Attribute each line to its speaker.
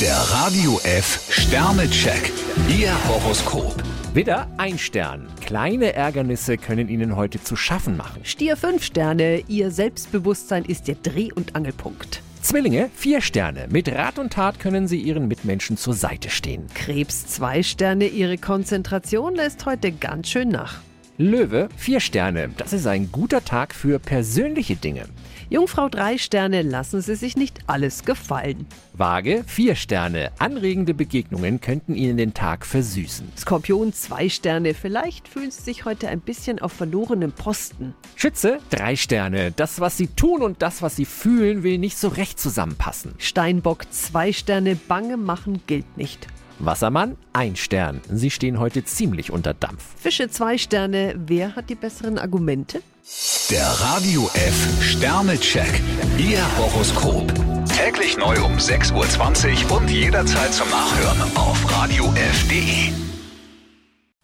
Speaker 1: Der Radio F Sternecheck. Ihr Horoskop.
Speaker 2: Widder, ein Stern. Kleine Ärgernisse können Ihnen heute zu schaffen machen.
Speaker 3: Stier 5 Sterne, Ihr Selbstbewusstsein ist Ihr Dreh- und Angelpunkt.
Speaker 2: Zwillinge, vier Sterne. Mit Rat und Tat können Sie Ihren Mitmenschen zur Seite stehen.
Speaker 3: Krebs 2 Sterne, Ihre Konzentration lässt heute ganz schön nach.
Speaker 2: Löwe, vier Sterne. Das ist ein guter Tag für persönliche Dinge.
Speaker 3: Jungfrau 3 Sterne, lassen Sie sich nicht alles gefallen.
Speaker 2: Waage, vier Sterne. Anregende Begegnungen könnten Ihnen den Tag versüßen.
Speaker 3: Skorpion 2 Sterne, vielleicht fühlen Sie sich heute ein bisschen auf verlorenem Posten.
Speaker 2: Schütze, drei Sterne. Das, was Sie tun und das, was Sie fühlen, will nicht so recht zusammenpassen.
Speaker 3: Steinbock 2 Sterne, Bange machen gilt nicht.
Speaker 2: Wassermann, ein Stern. Sie stehen heute ziemlich unter Dampf.
Speaker 3: Fische 2 Sterne, wer hat die besseren Argumente?
Speaker 1: Der Radio F Sternecheck. Ihr Horoskop. Täglich neu um 6.20 Uhr und jederzeit zum Nachhören auf Radio E. radiof.de.